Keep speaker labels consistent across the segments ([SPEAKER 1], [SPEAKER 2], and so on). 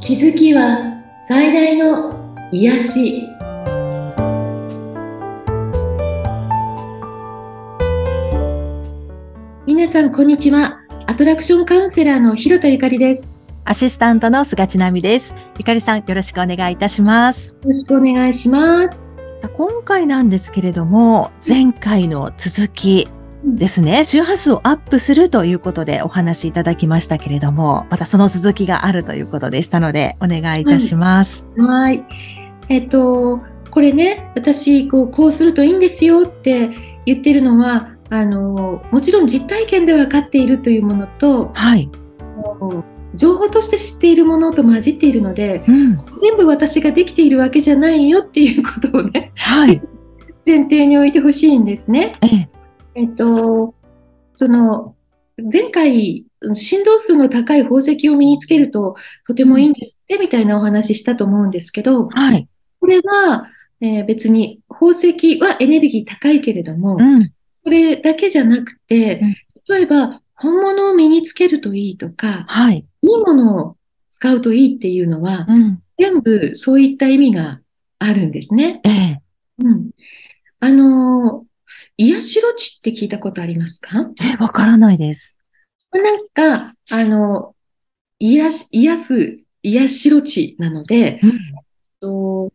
[SPEAKER 1] 気づきは最大の癒し皆さんこんにちはアトラクションカウンセラーの広田ゆかりです
[SPEAKER 2] アシスタントの菅千奈美です。ゆかりさん、よろしくお願いいたします。
[SPEAKER 1] よろしくお願いします
[SPEAKER 2] さあ今回なんですけれども、前回の続きですね、周波数をアップするということでお話しいただきましたけれども、またその続きがあるということでしたので、お願いいたします。
[SPEAKER 1] はいえっとこれね私こうこうするといいんですよって言ってるのはあのもちろん実体験で分かっているというものと
[SPEAKER 2] はい。
[SPEAKER 1] 情報として知っているものと混じっているので
[SPEAKER 2] うん。
[SPEAKER 1] 全部私ができているわけじゃないよっていうことをね
[SPEAKER 2] はい。
[SPEAKER 1] 前提に置いてほしいんですね。
[SPEAKER 2] ええ。
[SPEAKER 1] えっとその前回振動数の高い宝石を身につけるととてもいいんですってみたいなお話ししたと思うんですけど
[SPEAKER 2] はい。
[SPEAKER 1] これは、えー別に宝石はエネルギー高いけれども、
[SPEAKER 2] うん。
[SPEAKER 1] それだけじゃなくて
[SPEAKER 2] うん
[SPEAKER 1] 例えば本物を身につけるといいとか
[SPEAKER 2] はい。
[SPEAKER 1] いいものを使うといいっていうのは、
[SPEAKER 2] うん。
[SPEAKER 1] 全部そういった意味があるんですね。
[SPEAKER 2] ええ。
[SPEAKER 1] うん。あのー、癒しロ地って聞いたことありますか
[SPEAKER 2] ええ、わからないです。
[SPEAKER 1] なんか、あの、癒し、癒す、癒しロ地なので、
[SPEAKER 2] うん。
[SPEAKER 1] と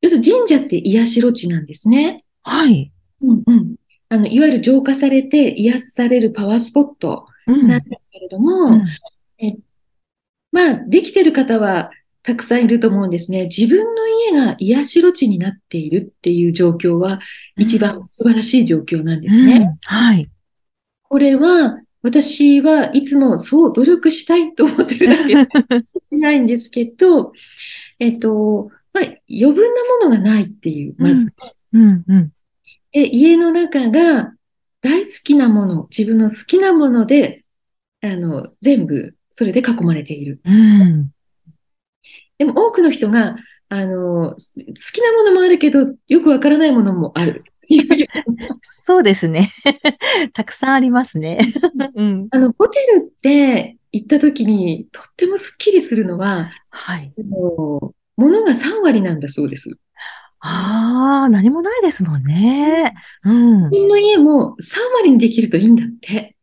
[SPEAKER 1] 要するに神社って癒しロ地なんですね。
[SPEAKER 2] はい。
[SPEAKER 1] うんうん。あの、いわゆる浄化されて癒されるパワースポット
[SPEAKER 2] うん
[SPEAKER 1] なんですけれども、
[SPEAKER 2] うん
[SPEAKER 1] まあ、できてる方はたくさんいると思うんですね。自分の家が癒し路地になっているっていう状況は、一番素晴らしい状況なんですね。
[SPEAKER 2] うんはい。
[SPEAKER 1] これは、私はいつもそう努力したいと思ってるだけでしないんですけど、 えっと、まあ、余分なものがないっていう、まず。
[SPEAKER 2] うん。うん。
[SPEAKER 1] で家の中が大好きなもの、自分の好きなもので、あの、全部、それで囲まれている。
[SPEAKER 2] うん。
[SPEAKER 1] でも多くの人が、あの、す好きなものもあるけど、よくわからないものもある。
[SPEAKER 2] そうですね。 たくさんありますね。うん。
[SPEAKER 1] あの、ホテルって行った時に、とってもスッキリするのは、
[SPEAKER 2] はい。
[SPEAKER 1] あの物が3割なんだそうです。
[SPEAKER 2] ああ、何もないですもんね。うん。
[SPEAKER 1] 自分の家も3割にできるといいんだって。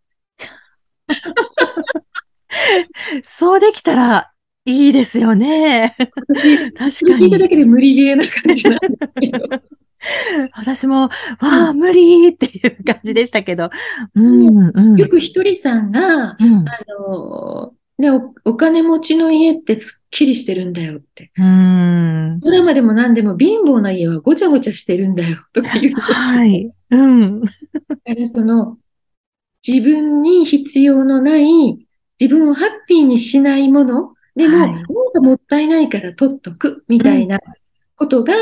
[SPEAKER 2] そうできたらいいですよね。
[SPEAKER 1] 私、それ
[SPEAKER 2] 確か
[SPEAKER 1] 聞いた
[SPEAKER 2] に。
[SPEAKER 1] だけで無理ゲーな感じなんですけど。
[SPEAKER 2] 私も、わあ、無理っていう感じでしたけど。うん、うん。
[SPEAKER 1] よくひとりさんが、
[SPEAKER 2] うん、
[SPEAKER 1] あの、ね、お、お金持ちの家ってスッキリしてるんだよって。
[SPEAKER 2] うん。
[SPEAKER 1] ドラマでも何でも貧乏な家はごちゃごちゃしてるんだよとか言う。
[SPEAKER 2] はい。うん。
[SPEAKER 1] だからその自分に必要のない自分をハッピーにしないものでも、
[SPEAKER 2] はい
[SPEAKER 1] なんかもったいないから取っとくみたいなことが、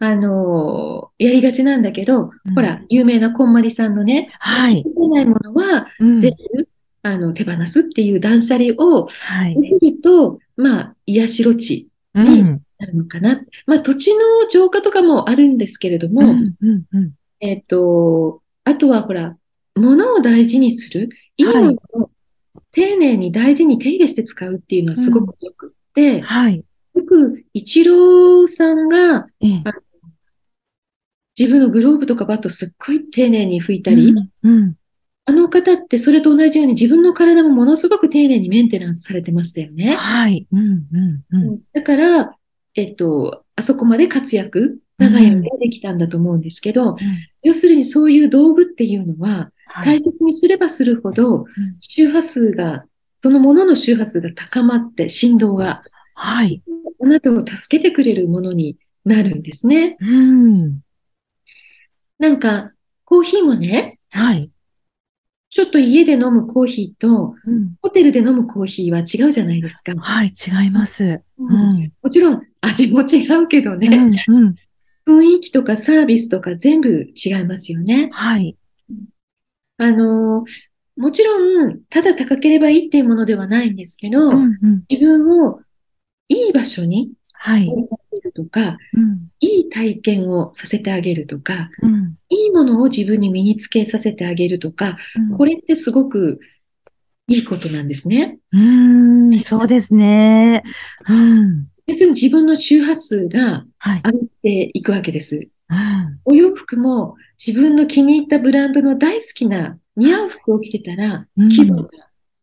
[SPEAKER 1] あのーやりがちなんだけど、
[SPEAKER 2] うん
[SPEAKER 1] ほら有名なこんまりさんのね
[SPEAKER 2] はい。
[SPEAKER 1] 取れないものは
[SPEAKER 2] うん
[SPEAKER 1] 全部、あの手放すっていう断捨離を
[SPEAKER 2] はい。
[SPEAKER 1] できると、まあ癒し路地
[SPEAKER 2] うん。
[SPEAKER 1] になるのかな、まあ、土地の浄化とかもあるんですけれども、
[SPEAKER 2] うん。うん。うん
[SPEAKER 1] えっと、あとはほら、物を大事にする、いいものを丁寧に大事に手入れして使うっていうのはすごくよくって、
[SPEAKER 2] はい。
[SPEAKER 1] よくイチローさんが
[SPEAKER 2] ええ
[SPEAKER 1] 自分のグローブとかバットすっごい丁寧に拭いたり、
[SPEAKER 2] うんうん。
[SPEAKER 1] あの方ってそれと同じように自分の体もものすごく丁寧にメンテナンスされてましたよね。
[SPEAKER 2] はい。うん。うん。うん。
[SPEAKER 1] だから、えっと、あそこまで活躍、長い間できたんだと思うんですけど、要するにそういう道具っていうのは、
[SPEAKER 2] は
[SPEAKER 1] 大
[SPEAKER 2] い。
[SPEAKER 1] 切にすればするほど
[SPEAKER 2] ん、
[SPEAKER 1] 周波数が、そのものの周波数が高まって、振動が、
[SPEAKER 2] はい。
[SPEAKER 1] あなたを助けてくれるものになるんですね。
[SPEAKER 2] うん。
[SPEAKER 1] なんか、コーヒーもね、
[SPEAKER 2] はい。
[SPEAKER 1] ちょっと家で飲むコーヒーと、
[SPEAKER 2] うん。
[SPEAKER 1] ホテルで飲むコーヒーは違うじゃないですか。
[SPEAKER 2] はい。違います。う
[SPEAKER 1] うん
[SPEAKER 2] ん。
[SPEAKER 1] もちろん味も違うけど
[SPEAKER 2] う
[SPEAKER 1] ね、
[SPEAKER 2] ん。うん。
[SPEAKER 1] 雰囲気とかサービスとか全部違いますよね。
[SPEAKER 2] はい。
[SPEAKER 1] あのーもちろん、ただ高ければいいっていうものではないんですけど、
[SPEAKER 2] うん。うん。
[SPEAKER 1] 自分をいい場所に
[SPEAKER 2] はい。
[SPEAKER 1] いるとか、
[SPEAKER 2] うん。
[SPEAKER 1] いい体験をさせてあげるとか、
[SPEAKER 2] うん。
[SPEAKER 1] いいものを自分に身につけさせてあげるとか、
[SPEAKER 2] うん
[SPEAKER 1] これってすごくいいことなんですね。
[SPEAKER 2] うーん、そうですね。うん。
[SPEAKER 1] でその自分の周波数が
[SPEAKER 2] はい。
[SPEAKER 1] 上がっていくわけです。
[SPEAKER 2] うん
[SPEAKER 1] お洋服も自分の気に入ったブランドの大好きな似合う服を着てたら
[SPEAKER 2] うん
[SPEAKER 1] 気分が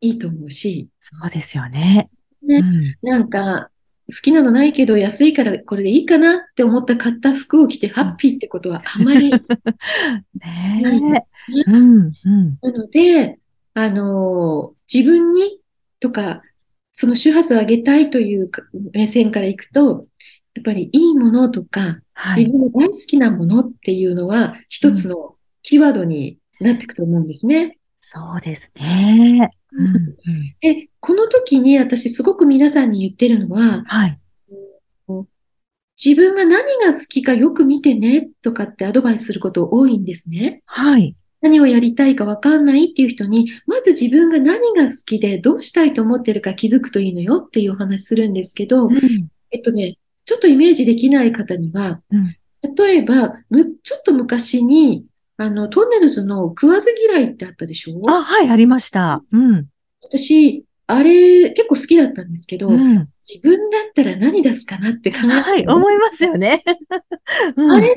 [SPEAKER 1] いいと思うし、
[SPEAKER 2] そうですよね。
[SPEAKER 1] ね
[SPEAKER 2] うん
[SPEAKER 1] なんか好きなのないけど安いからこれでいいかなって思った買った服を着てハッピーってことはあまりな
[SPEAKER 2] ねえ。うん、うん。
[SPEAKER 1] ので、あのー自分にとかその周波数を上げたいという目線からいくと、やっぱりいいものとか
[SPEAKER 2] は
[SPEAKER 1] 自
[SPEAKER 2] い。
[SPEAKER 1] 分の大好きなものっていうのは一つのキーワードになっていくと思うんですね。
[SPEAKER 2] そうですね。うん、うん。
[SPEAKER 1] で、この時に私すごく皆さんに言ってるのは、
[SPEAKER 2] はい。
[SPEAKER 1] 自分が何が好きかよく見てねとかってアドバイスすること多いんですね。
[SPEAKER 2] はい。
[SPEAKER 1] 何をやりたいかわかんないっていう人に、まず自分が何が好きでどうしたいと思ってるか気づくといいのよっていうお話するんですけど、
[SPEAKER 2] うん。
[SPEAKER 1] えっとね、ちょっとイメージできない方には、
[SPEAKER 2] うん
[SPEAKER 1] 例えば、む、ちょっと昔に、あの、トンネルズの食わず嫌いってあったでしょ
[SPEAKER 2] あ、はい、ありました。うん。
[SPEAKER 1] 私、あれ結構好きだったんですけど、
[SPEAKER 2] うん。
[SPEAKER 1] 自分だったら何出すかなって考えた
[SPEAKER 2] はい、思いますよね。うん
[SPEAKER 1] あれっ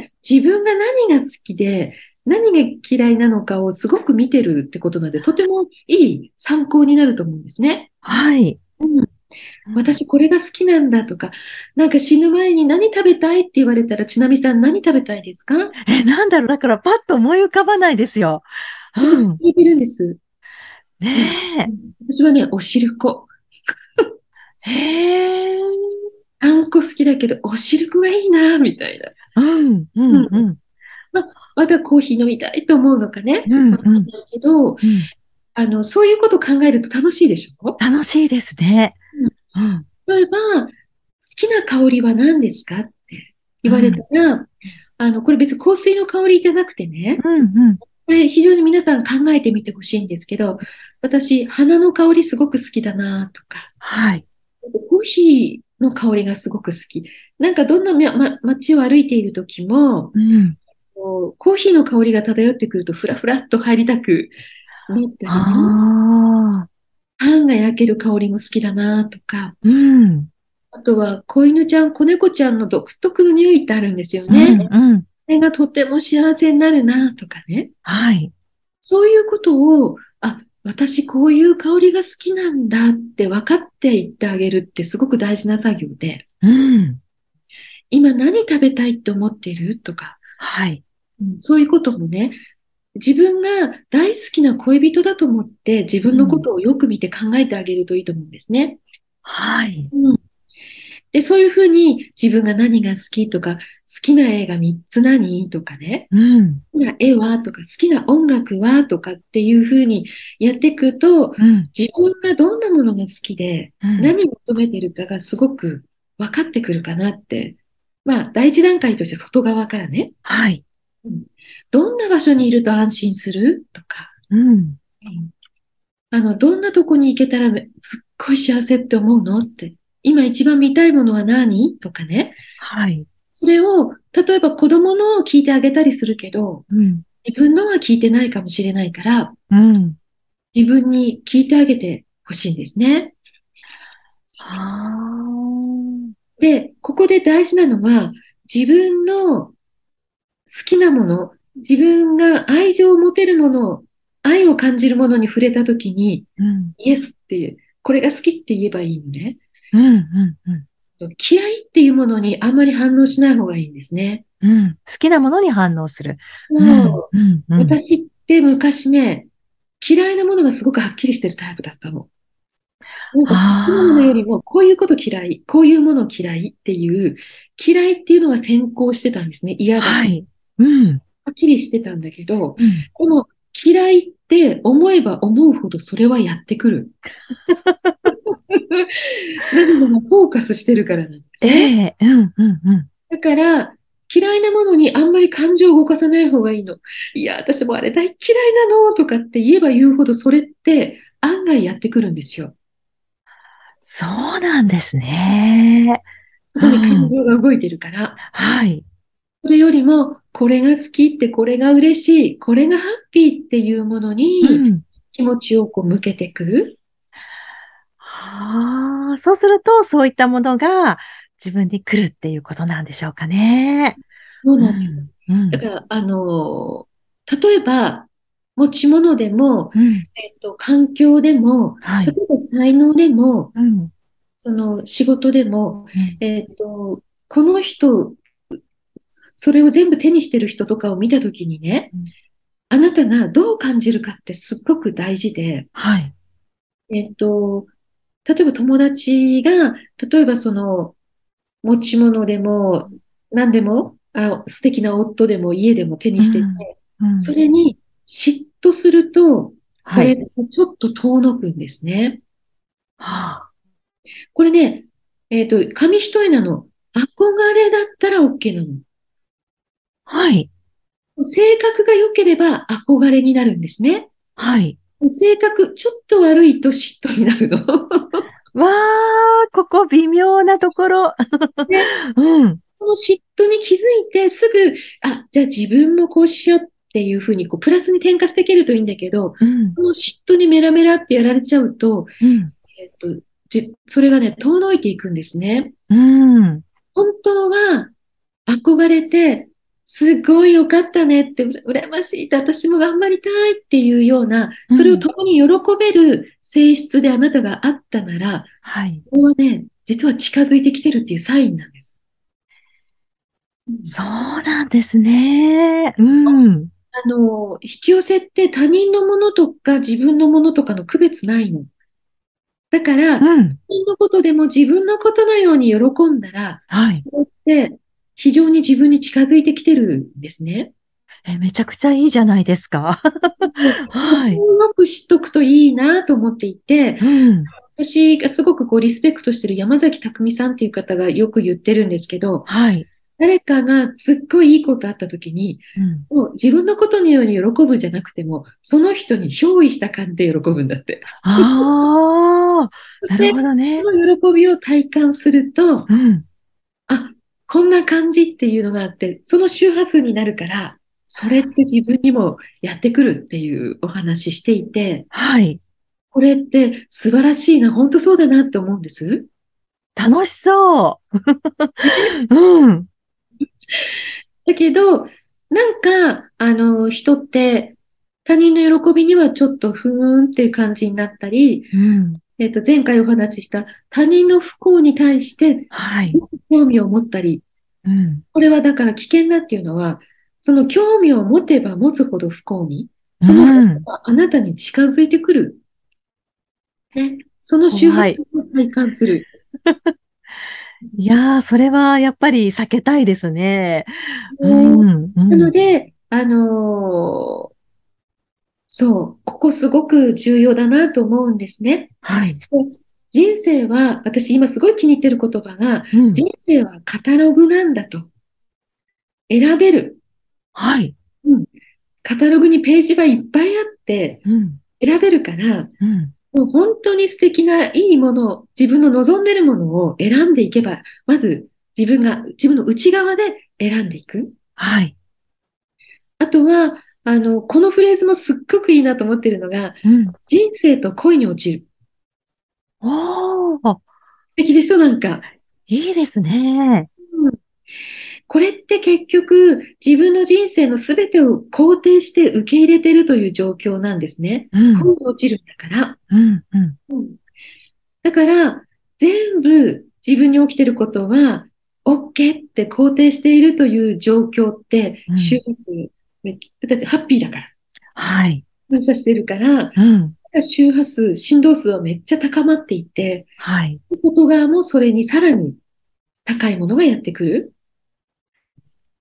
[SPEAKER 1] て自分が何が好きで、何が嫌いなのかをすごく見てるってことなので、とてもいい参考になると思うんですね。
[SPEAKER 2] はい。
[SPEAKER 1] 私これが好きなんだとか、なんか死ぬ前に何食べたいって言われたら、ちなみさん何食べたいですか
[SPEAKER 2] え、なんだろう、だからパッと思い浮かばないですよ。
[SPEAKER 1] 私
[SPEAKER 2] うん
[SPEAKER 1] 聞。いてるんです。
[SPEAKER 2] ね
[SPEAKER 1] 私はね、お汁粉。
[SPEAKER 2] え。へえ。
[SPEAKER 1] あんこ好きだけど、お汁粉がいいな、みたいな。
[SPEAKER 2] うん、うん、うん。
[SPEAKER 1] またコーヒー飲みたいと思うのかね。
[SPEAKER 2] うん
[SPEAKER 1] わかんないけど、
[SPEAKER 2] うん
[SPEAKER 1] あの、そういうことを考えると楽しいでしょ
[SPEAKER 2] 楽しいですね。うん。
[SPEAKER 1] 例えば、好きな香りは何ですかって言われたら、あの、これ別に香水の香りじゃなくてね、
[SPEAKER 2] うん、うん。
[SPEAKER 1] これ非常に皆さん考えてみてほしいんですけど、私、花の香りすごく好きだなとか、
[SPEAKER 2] はい。
[SPEAKER 1] コーヒーの香りがすごく好き。なんかどんな、まま、街を歩いている時も、
[SPEAKER 2] うん。
[SPEAKER 1] こうコーヒーの香りが漂ってくるとふらふらっと入りたくなったりね、
[SPEAKER 2] ああ。
[SPEAKER 1] パンが焼ける香りも好きだなとか、
[SPEAKER 2] うん。
[SPEAKER 1] あとは、子犬ちゃん、子猫ちゃんの独特の匂いってあるんですよ
[SPEAKER 2] う
[SPEAKER 1] ね。
[SPEAKER 2] ん、うん。
[SPEAKER 1] それがとても幸せになるなとかね。
[SPEAKER 2] はい。
[SPEAKER 1] そういうことを、あ、私こういう香りが好きなんだって分かっていってあげるってすごく大事な作業で、
[SPEAKER 2] うん。
[SPEAKER 1] 今何食べたいって思ってるとか、
[SPEAKER 2] はい。
[SPEAKER 1] うんそういうこともね、自分が大好きな恋人だと思って自分のことをよく見て考えてあげるといいと思うんですね。
[SPEAKER 2] はい。
[SPEAKER 1] で、そういうふうに自分が何が好きとか、好きな映画3つ何とかね、
[SPEAKER 2] うん。
[SPEAKER 1] 好きな絵はとか、好きな音楽はとかっていうふうにやっていくと、
[SPEAKER 2] うん。
[SPEAKER 1] 自分がどんなものが好きで、
[SPEAKER 2] うん
[SPEAKER 1] 何を求めてるかがすごく分かってくるかなって。まあ、第一段階として外側からね、
[SPEAKER 2] はい。
[SPEAKER 1] どんな場所にいると安心するとか、
[SPEAKER 2] うん。
[SPEAKER 1] あの、どんなとこに行けたらめすっごい幸せって思うのって、今一番見たいものは何とかね、
[SPEAKER 2] はい。
[SPEAKER 1] それを、例えば子供のを聞いてあげたりするけど、
[SPEAKER 2] うん。
[SPEAKER 1] 自分のは聞いてないかもしれないから、
[SPEAKER 2] うん。
[SPEAKER 1] 自分に聞いてあげてほしいんですね。
[SPEAKER 2] は
[SPEAKER 1] で、ここで大事なのは、自分の好きなもの、自分が愛情を持てるもの、愛を感じるものに触れたときに、
[SPEAKER 2] あ。うん。
[SPEAKER 1] イエスっていう、これが好きって言えばいいのね。
[SPEAKER 2] うん。うん。うん。
[SPEAKER 1] 嫌いっていうものにあんまり反応しない方がいいんですね。
[SPEAKER 2] うん。好きなものに反応する。
[SPEAKER 1] も
[SPEAKER 2] うん。う。
[SPEAKER 1] うん私って昔ね、嫌いなものがすごくはっきりしてるタイプだったの。なんか、
[SPEAKER 2] あ
[SPEAKER 1] 好
[SPEAKER 2] ー
[SPEAKER 1] きなものよりも、こういうこと嫌い、こういうもの嫌いっていう、嫌いっていうのが先行してたんですね。嫌だ。
[SPEAKER 2] は
[SPEAKER 1] はっ
[SPEAKER 2] い。うん。
[SPEAKER 1] きりしてたんだけど、
[SPEAKER 2] うん
[SPEAKER 1] この嫌いって思えば思うほどそれはやってく る。 何もフォーカスしてるからなんですね。
[SPEAKER 2] ええ。うん。うん。うん。
[SPEAKER 1] だから、嫌いなものにあんまり感情を動かさない方がいいの。いや、私もあれ大嫌いなのとかって言えば言うほど、それって案外やってくるんですよ。
[SPEAKER 2] そうなんですね。
[SPEAKER 1] そこに感
[SPEAKER 2] うん
[SPEAKER 1] 情が動いてるから。
[SPEAKER 2] はい。
[SPEAKER 1] それよりも、これが好きって、これが嬉しい、これがハッピーっていうもの
[SPEAKER 2] う
[SPEAKER 1] に
[SPEAKER 2] ん。
[SPEAKER 1] 気持ちをこう向けていく。
[SPEAKER 2] はあ、そうすると、そういったものが自分に来るっていうことなんでしょうかね。
[SPEAKER 1] そうなんです。
[SPEAKER 2] うん。
[SPEAKER 1] だから、あのー例えば、持ち物でも、
[SPEAKER 2] うん。
[SPEAKER 1] えっと、環境でも、
[SPEAKER 2] は
[SPEAKER 1] 例え
[SPEAKER 2] い。
[SPEAKER 1] ば才能でも、
[SPEAKER 2] うん。
[SPEAKER 1] その仕事でも、
[SPEAKER 2] うん
[SPEAKER 1] えっと、この人、それを全部手にしてる人とかを見たときにね
[SPEAKER 2] うん、
[SPEAKER 1] あなたがどう感じるかってすっごく大事で、
[SPEAKER 2] はい。
[SPEAKER 1] えっと、例えば友達が、例えばその、持ち物でも、何でも、あ、素敵な夫でも家でも手にしてて、
[SPEAKER 2] うん
[SPEAKER 1] それに嫉妬すると、こ
[SPEAKER 2] は
[SPEAKER 1] れ
[SPEAKER 2] い。
[SPEAKER 1] ちょっと遠のくんですね。
[SPEAKER 2] はあ
[SPEAKER 1] これね、えっと、紙一重なの。憧れだったら OK な
[SPEAKER 2] はい。
[SPEAKER 1] の。性格が良ければ憧れになるんですね。
[SPEAKER 2] はい。
[SPEAKER 1] 性格ちょっと悪いと嫉妬になるの。
[SPEAKER 2] わあ、ここ微妙なところ。
[SPEAKER 1] ね
[SPEAKER 2] うん。
[SPEAKER 1] その嫉妬に気づいてすぐ、あ、じゃあ自分もこうしようっていうふうにこうプラスに転化していけるといいんだけど、
[SPEAKER 2] うん。
[SPEAKER 1] その嫉妬にメラメラってやられちゃうと、
[SPEAKER 2] うん。
[SPEAKER 1] えっと、じそれがね、遠のいていくんですね。
[SPEAKER 2] うん。
[SPEAKER 1] 本当は憧れて、すごい良かったねって、うら羨ましいって、私も頑張りたいっていうような、それを共に喜べる性質であなたがあったなら、
[SPEAKER 2] はい。
[SPEAKER 1] これはね、実は近づいてきてるっていうサインなんです。
[SPEAKER 2] そうなんですね。うん。
[SPEAKER 1] あの、引き寄せって他人のものとか自分のものとかの区別ないの。だから、他
[SPEAKER 2] うん。
[SPEAKER 1] 人のことでも自分のことのように喜んだら、
[SPEAKER 2] はい。
[SPEAKER 1] それって非常に自分に近づいてきてるんですね。
[SPEAKER 2] え、めちゃくちゃいいじゃないです か。はい。
[SPEAKER 1] うまく知っとくといいなと思っていて、
[SPEAKER 2] うん。
[SPEAKER 1] 私がすごくこうリスペクトしてる山崎匠さんっていう方がよく言ってるんですけど、
[SPEAKER 2] はい。
[SPEAKER 1] 誰かがすっごいいいことあった時に、
[SPEAKER 2] うん、
[SPEAKER 1] もう自分のことのように喜ぶじゃなくても、その人に憑依した感じで喜ぶんだって。
[SPEAKER 2] ああ、
[SPEAKER 1] そ し
[SPEAKER 2] な
[SPEAKER 1] て
[SPEAKER 2] るほ、どね。
[SPEAKER 1] その喜びを体感すると、
[SPEAKER 2] うん。
[SPEAKER 1] あ、こんな感じっていうのがあって、その周波数になるから、それって自分にもやってくるっていうお話していて、
[SPEAKER 2] はい。
[SPEAKER 1] これって素晴らしいな、本当そうだなって思うんです。
[SPEAKER 2] 楽しそう。 うん。
[SPEAKER 1] だけど、なんか、あの、人って、他人の喜びにはちょっとふーんっていう感じになったり、
[SPEAKER 2] うん。
[SPEAKER 1] えっと、前回お話しした他人の不幸に対して、
[SPEAKER 2] はい
[SPEAKER 1] 少し興味を持ったり、
[SPEAKER 2] うん。
[SPEAKER 1] これはだから危険だっていうのは、その興味を持てば持つほど不幸に、その
[SPEAKER 2] う
[SPEAKER 1] 不
[SPEAKER 2] ん
[SPEAKER 1] 幸があなたに近づいてくる。ね、その周波数を体感する。
[SPEAKER 2] いやー、それはやっぱり避けたいですね。う
[SPEAKER 1] ね
[SPEAKER 2] ん。うん
[SPEAKER 1] なの、で、あのーそう、ここすごく重要だなと思うんですね。
[SPEAKER 2] はい。
[SPEAKER 1] 人生は、私今すごい気に入ってる言葉が、
[SPEAKER 2] うん
[SPEAKER 1] 人生はカタログなんだと。選べる。
[SPEAKER 2] はい。
[SPEAKER 1] カタログにページがいっぱいあって、
[SPEAKER 2] うん。
[SPEAKER 1] 選べるから、
[SPEAKER 2] うん。
[SPEAKER 1] もう本当に素敵ないいものを、自分の望んでるものを選んでいけば、まず自分が、自分の内側で選んでいく。
[SPEAKER 2] はい。
[SPEAKER 1] あとは、あの、このフレーズもすっごくいいなと思ってるのが、
[SPEAKER 2] うん。
[SPEAKER 1] 人生と恋に落ちる。
[SPEAKER 2] おー、
[SPEAKER 1] 素敵でしょ、なんか。
[SPEAKER 2] いいですね。
[SPEAKER 1] これって結局、自分の人生の全てを肯定して受け入れてるという状況なんですね。
[SPEAKER 2] うん。
[SPEAKER 1] 恋に落ちるんだから。
[SPEAKER 2] うん。うん。
[SPEAKER 1] だから、全部自分に起きてることは、OK って肯定しているという状況って
[SPEAKER 2] う、ん
[SPEAKER 1] 周波数、だってハッピーだから。
[SPEAKER 2] はい。
[SPEAKER 1] 反射してるから、
[SPEAKER 2] うん。
[SPEAKER 1] 周波数、振動数はめっちゃ高まっていて、
[SPEAKER 2] はい。
[SPEAKER 1] 外側もそれにさらに高いものがやってくる。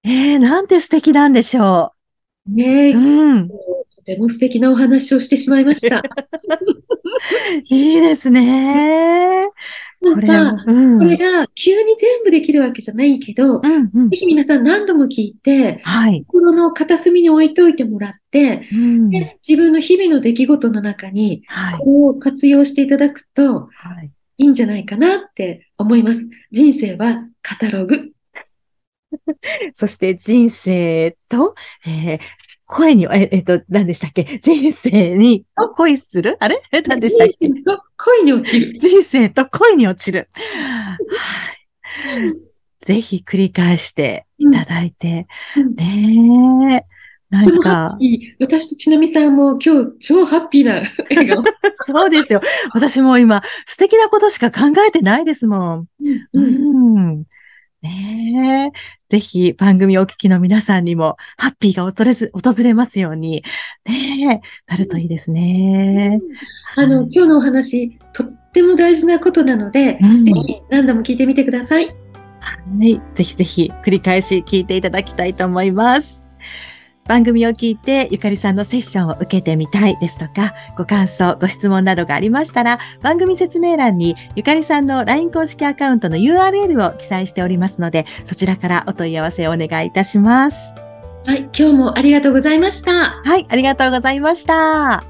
[SPEAKER 2] ええなんて素敵なんでしょ
[SPEAKER 1] ねえ、
[SPEAKER 2] う。うん。
[SPEAKER 1] とても素敵なお話をしてしまいました。
[SPEAKER 2] いいですね。 これ
[SPEAKER 1] なんか、
[SPEAKER 2] う
[SPEAKER 1] こ
[SPEAKER 2] ん。う
[SPEAKER 1] れ
[SPEAKER 2] ん、
[SPEAKER 1] が急に全部できるわけじゃないけど、ぜ
[SPEAKER 2] うん。
[SPEAKER 1] ひ皆さん何度も聞いて、
[SPEAKER 2] はい。
[SPEAKER 1] 心の片隅に置いといてもらって、
[SPEAKER 2] うん。
[SPEAKER 1] で自分の日々の出来事の中に、
[SPEAKER 2] はい。
[SPEAKER 1] これを活用していただくと
[SPEAKER 2] はい。
[SPEAKER 1] いいんじゃないかなって思います。人生はカタログ。
[SPEAKER 2] そして人生と、えー声に、え、えっと、何でしたっけ人生に恋するあれえ何でしたっけ
[SPEAKER 1] 恋に落ちる。
[SPEAKER 2] 人生と恋に落ちる。はいぜひ繰り返していただいて、
[SPEAKER 1] うん
[SPEAKER 2] ねえ。な
[SPEAKER 1] とて
[SPEAKER 2] ん
[SPEAKER 1] もハ
[SPEAKER 2] か
[SPEAKER 1] ッ、ピー私とちなみさんも今日超ハッピーな笑顔。
[SPEAKER 2] そうですよ。私も今、素敵なことしか考えてないですもん。うん。ねえ。ぜひ番組をお聞きの皆さんにも、ハッピーが訪れず、訪れますように、ねえ、なるといいですね。
[SPEAKER 1] あの、今日のお話、とっても大事なことなので、
[SPEAKER 2] うん
[SPEAKER 1] ぜひ何度も聞いてみてください。
[SPEAKER 2] はい。ぜひぜひ繰り返し聞いていただきたいと思います。番組を聞いて、ゆかりさんのセッションを受けてみたいですとか、ご感想、ご質問などがありましたら、番組説明欄にゆかりさんの LINE 公式アカウントの URL を記載しておりますので、そちらからお問い合わせをお願いいたします。
[SPEAKER 1] はい、今日もありがとうございました。
[SPEAKER 2] はい、ありがとうございました。